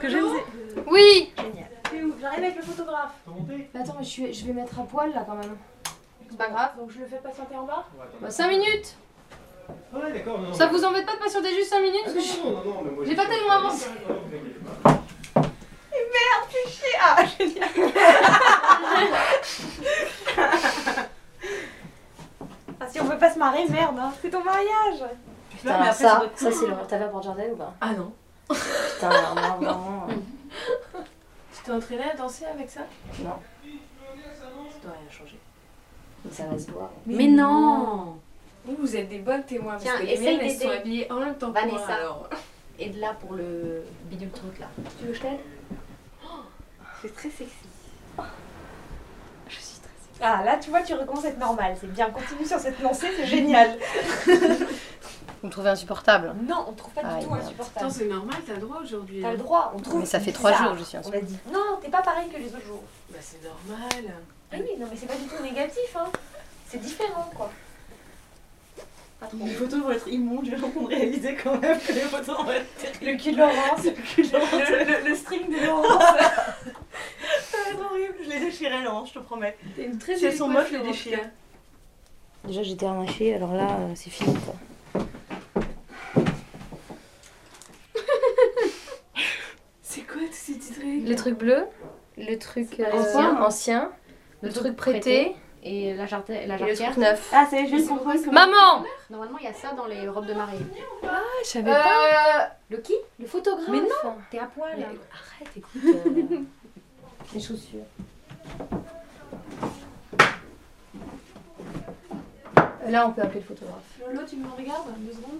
que je les ai. Oui C'est où J'arrive avec le photographe. Faut monter Mais attends, mais je, suis- je vais mettre à poil là quand même. C'est pas grave. Donc je le fais patienter en bas. Ouais, attends. Bah, 5 minutes Ouais, d'accord, non, non. Ça vous embête pas de patienter juste 5 minutes Ah, non, non, non, non, mais moi, J'ai pas tellement avancé. Non, non, vous inquiétez pas. Ah, génial Ah si on peut pas se marrer, merde, hein. c'est ton mariage Putain, mais après, ça ça, doit être ça c'est le t'as fait pour Jordan ou pas Ah non. Mm. Putain, non, vraiment. Tu t'es entraîné à danser avec ça Non. Ça doit rien changer. Ça va se voir. Mais non Vous, vous êtes des bonnes témoins Tiens, parce que les essaye miennes, elles d'aider. sont habillées en même temps que moi Vanessa. alors. Et de là pour le bidule truc là. Tu veux que je t'aide C'est très sexy. Je suis très sexy. Ah là tu vois tu recommences à être normal, c'est bien, continue sur cette lancée, c'est génial Vous me trouvez insupportable. Non, on trouve pas Ah, du tout merde. Attends, insupportable. c'est normal, t'as le droit aujourd'hui. T'as hein. le droit, on trouve Mais ça fait trois bizarre. jours que je suis On insupportable. l'a dit. Non, t'es pas pareil que les autres jours. Bah c'est normal. Ah oui, non mais c'est pas du tout négatif, hein. C'est différent quoi. Pas trop. Les photos vont être immondes, j'ai l'impression de réaliser quand même que les photos vont être Le cul de Laurence, le cul de Laurence. le, le string de Laurence. Ça va être horrible. Je les déchirais, Laurence, je te promets. T'es une très Si jolie elles sont moches, coiffure, les en tout déchire. cas. Déjà j'étais arrachée, alors là euh, c'est fini quoi. C'est quoi tous ces petits trucs Le truc bleu, le truc euh, Ancien. ancien, le truc prêté Et la jarretière. et La le jarretière. truc neuf. Ah, c'est juste pour que. Maman Normalement, il y a ça dans les robes de mariée. Ah, je savais pas. euh, Le qui Le photographe Mais non T'es à poil. hein. Mais Arrête, écoute. euh, Les chaussures. Là on peut appeler le photographe. Lolo, tu me regardes deux secondes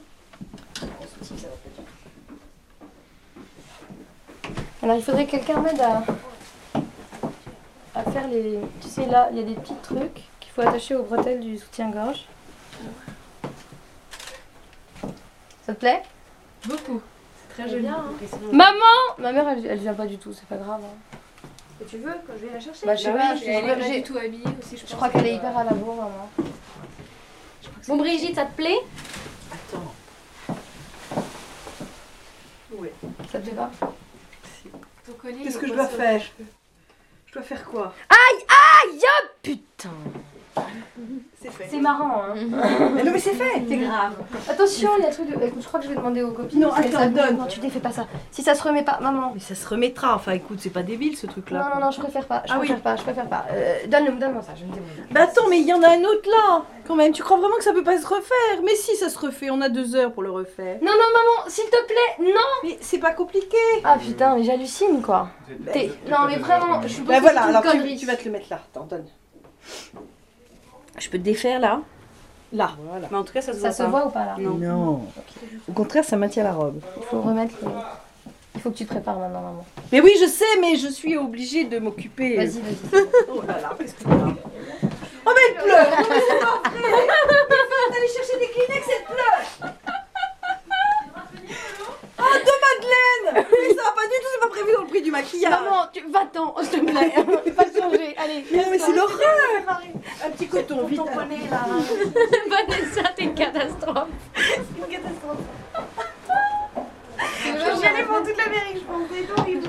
Alors il faudrait que quelqu'un m'aide à... à faire les. Tu sais là, il y a des petits trucs qu'il faut attacher aux bretelles du soutien-gorge. Ça te plaît Beaucoup. C'est très c'est joli. bien, hein. Maman Ma mère elle, elle vient pas du tout, c'est pas grave. hein. Et Tu veux que je vais la chercher Bah, je sais pas, oui, je- elle est pas j'ai- du tout habillée aussi, je pense. Je crois qu'elle est hyper à la bourre, maman. Bon, Brigitte, ça te plaît Attends. Ça te plaît pas Ton collier, Qu'est-ce il que je est dois pas faire Je dois faire quoi Putain C'est fait. C'est marrant, hein Mais non, mais c'est fait C'est grave. Attention, il y a un truc de. Écoute, je crois que je vais demander aux copines. Non, si elles attends, s'habillent. donne. Non, tu les fais pas ça. Si ça se remet pas, maman. Mais ça se remettra. Enfin, écoute, c'est pas débile ce truc-là. Non, non, non, je préfère pas. Je Ah oui. préfère pas, je préfère pas. Euh, donne-le, donne-moi ça, je me débrouille. Bah attends, mais il y en a un autre là Quand même, tu crois vraiment que ça peut pas se refaire Mais si, ça se refait, on a deux heures pour le refaire. Non, non, maman, s'il te plaît, non Mais c'est pas compliqué Ah putain, mais j'hallucine quoi. Vous êtes- T'es- vous êtes- Non, vous mais êtes- vraiment, je suis Bah pas voilà, une alors tu, connerie. tu vas te le mettre là. Attends, donne. Je peux te défaire là Là. Mais en tout cas, ça se Ça se voit ou pas là Non. Au contraire, ça maintient la robe. Il faut remettre les. Il faut que tu te prépares maintenant, maman. Mais oui, je sais, mais je suis obligée de m'occuper. Vas-y, vas-y. Oh là là, qu'est-ce que t'as Oh mais elle pleure Non mais c'est pas vrai Il faut aller chercher des Kleenex, elle pleure Oh, de Madeleine Mais ça va pas du tout, c'est pas prévu dans le prix du maquillage maman, tu... va-t'en, s'il te plaît. Fais pas te changer, allez. Mais non, mais c'est l'horreur Un petit coton, vite alors. Vanessa, t'es une catastrophe. Je vais aller pour toute l'Amérique, je pense, c'est horrible.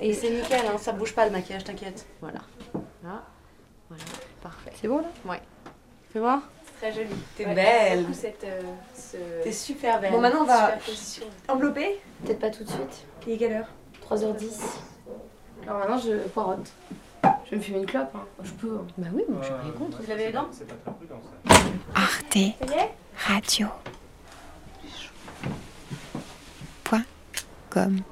Et c'est nickel, hein, ça bouge pas le maquillage, t'inquiète. Voilà. Là. Voilà. Parfait. C'est bon là Fais voir. C'est très joli. T'es Ouais, belle. j'aime beaucoup cette, euh, ce- T'es super belle. Bon, maintenant on va superposition. envelopper. Peut-être pas tout de suite. Il est quelle heure 3h10. Alors maintenant, je poirote. Je vais me fumer une clope, hein. Je peux. hein. Bah oui, Ouais, moi je suis rien ouais, contre. ouais, Vous l'avez c'est les pas- dents C'est pas très prudent ça. Ça y est Comme.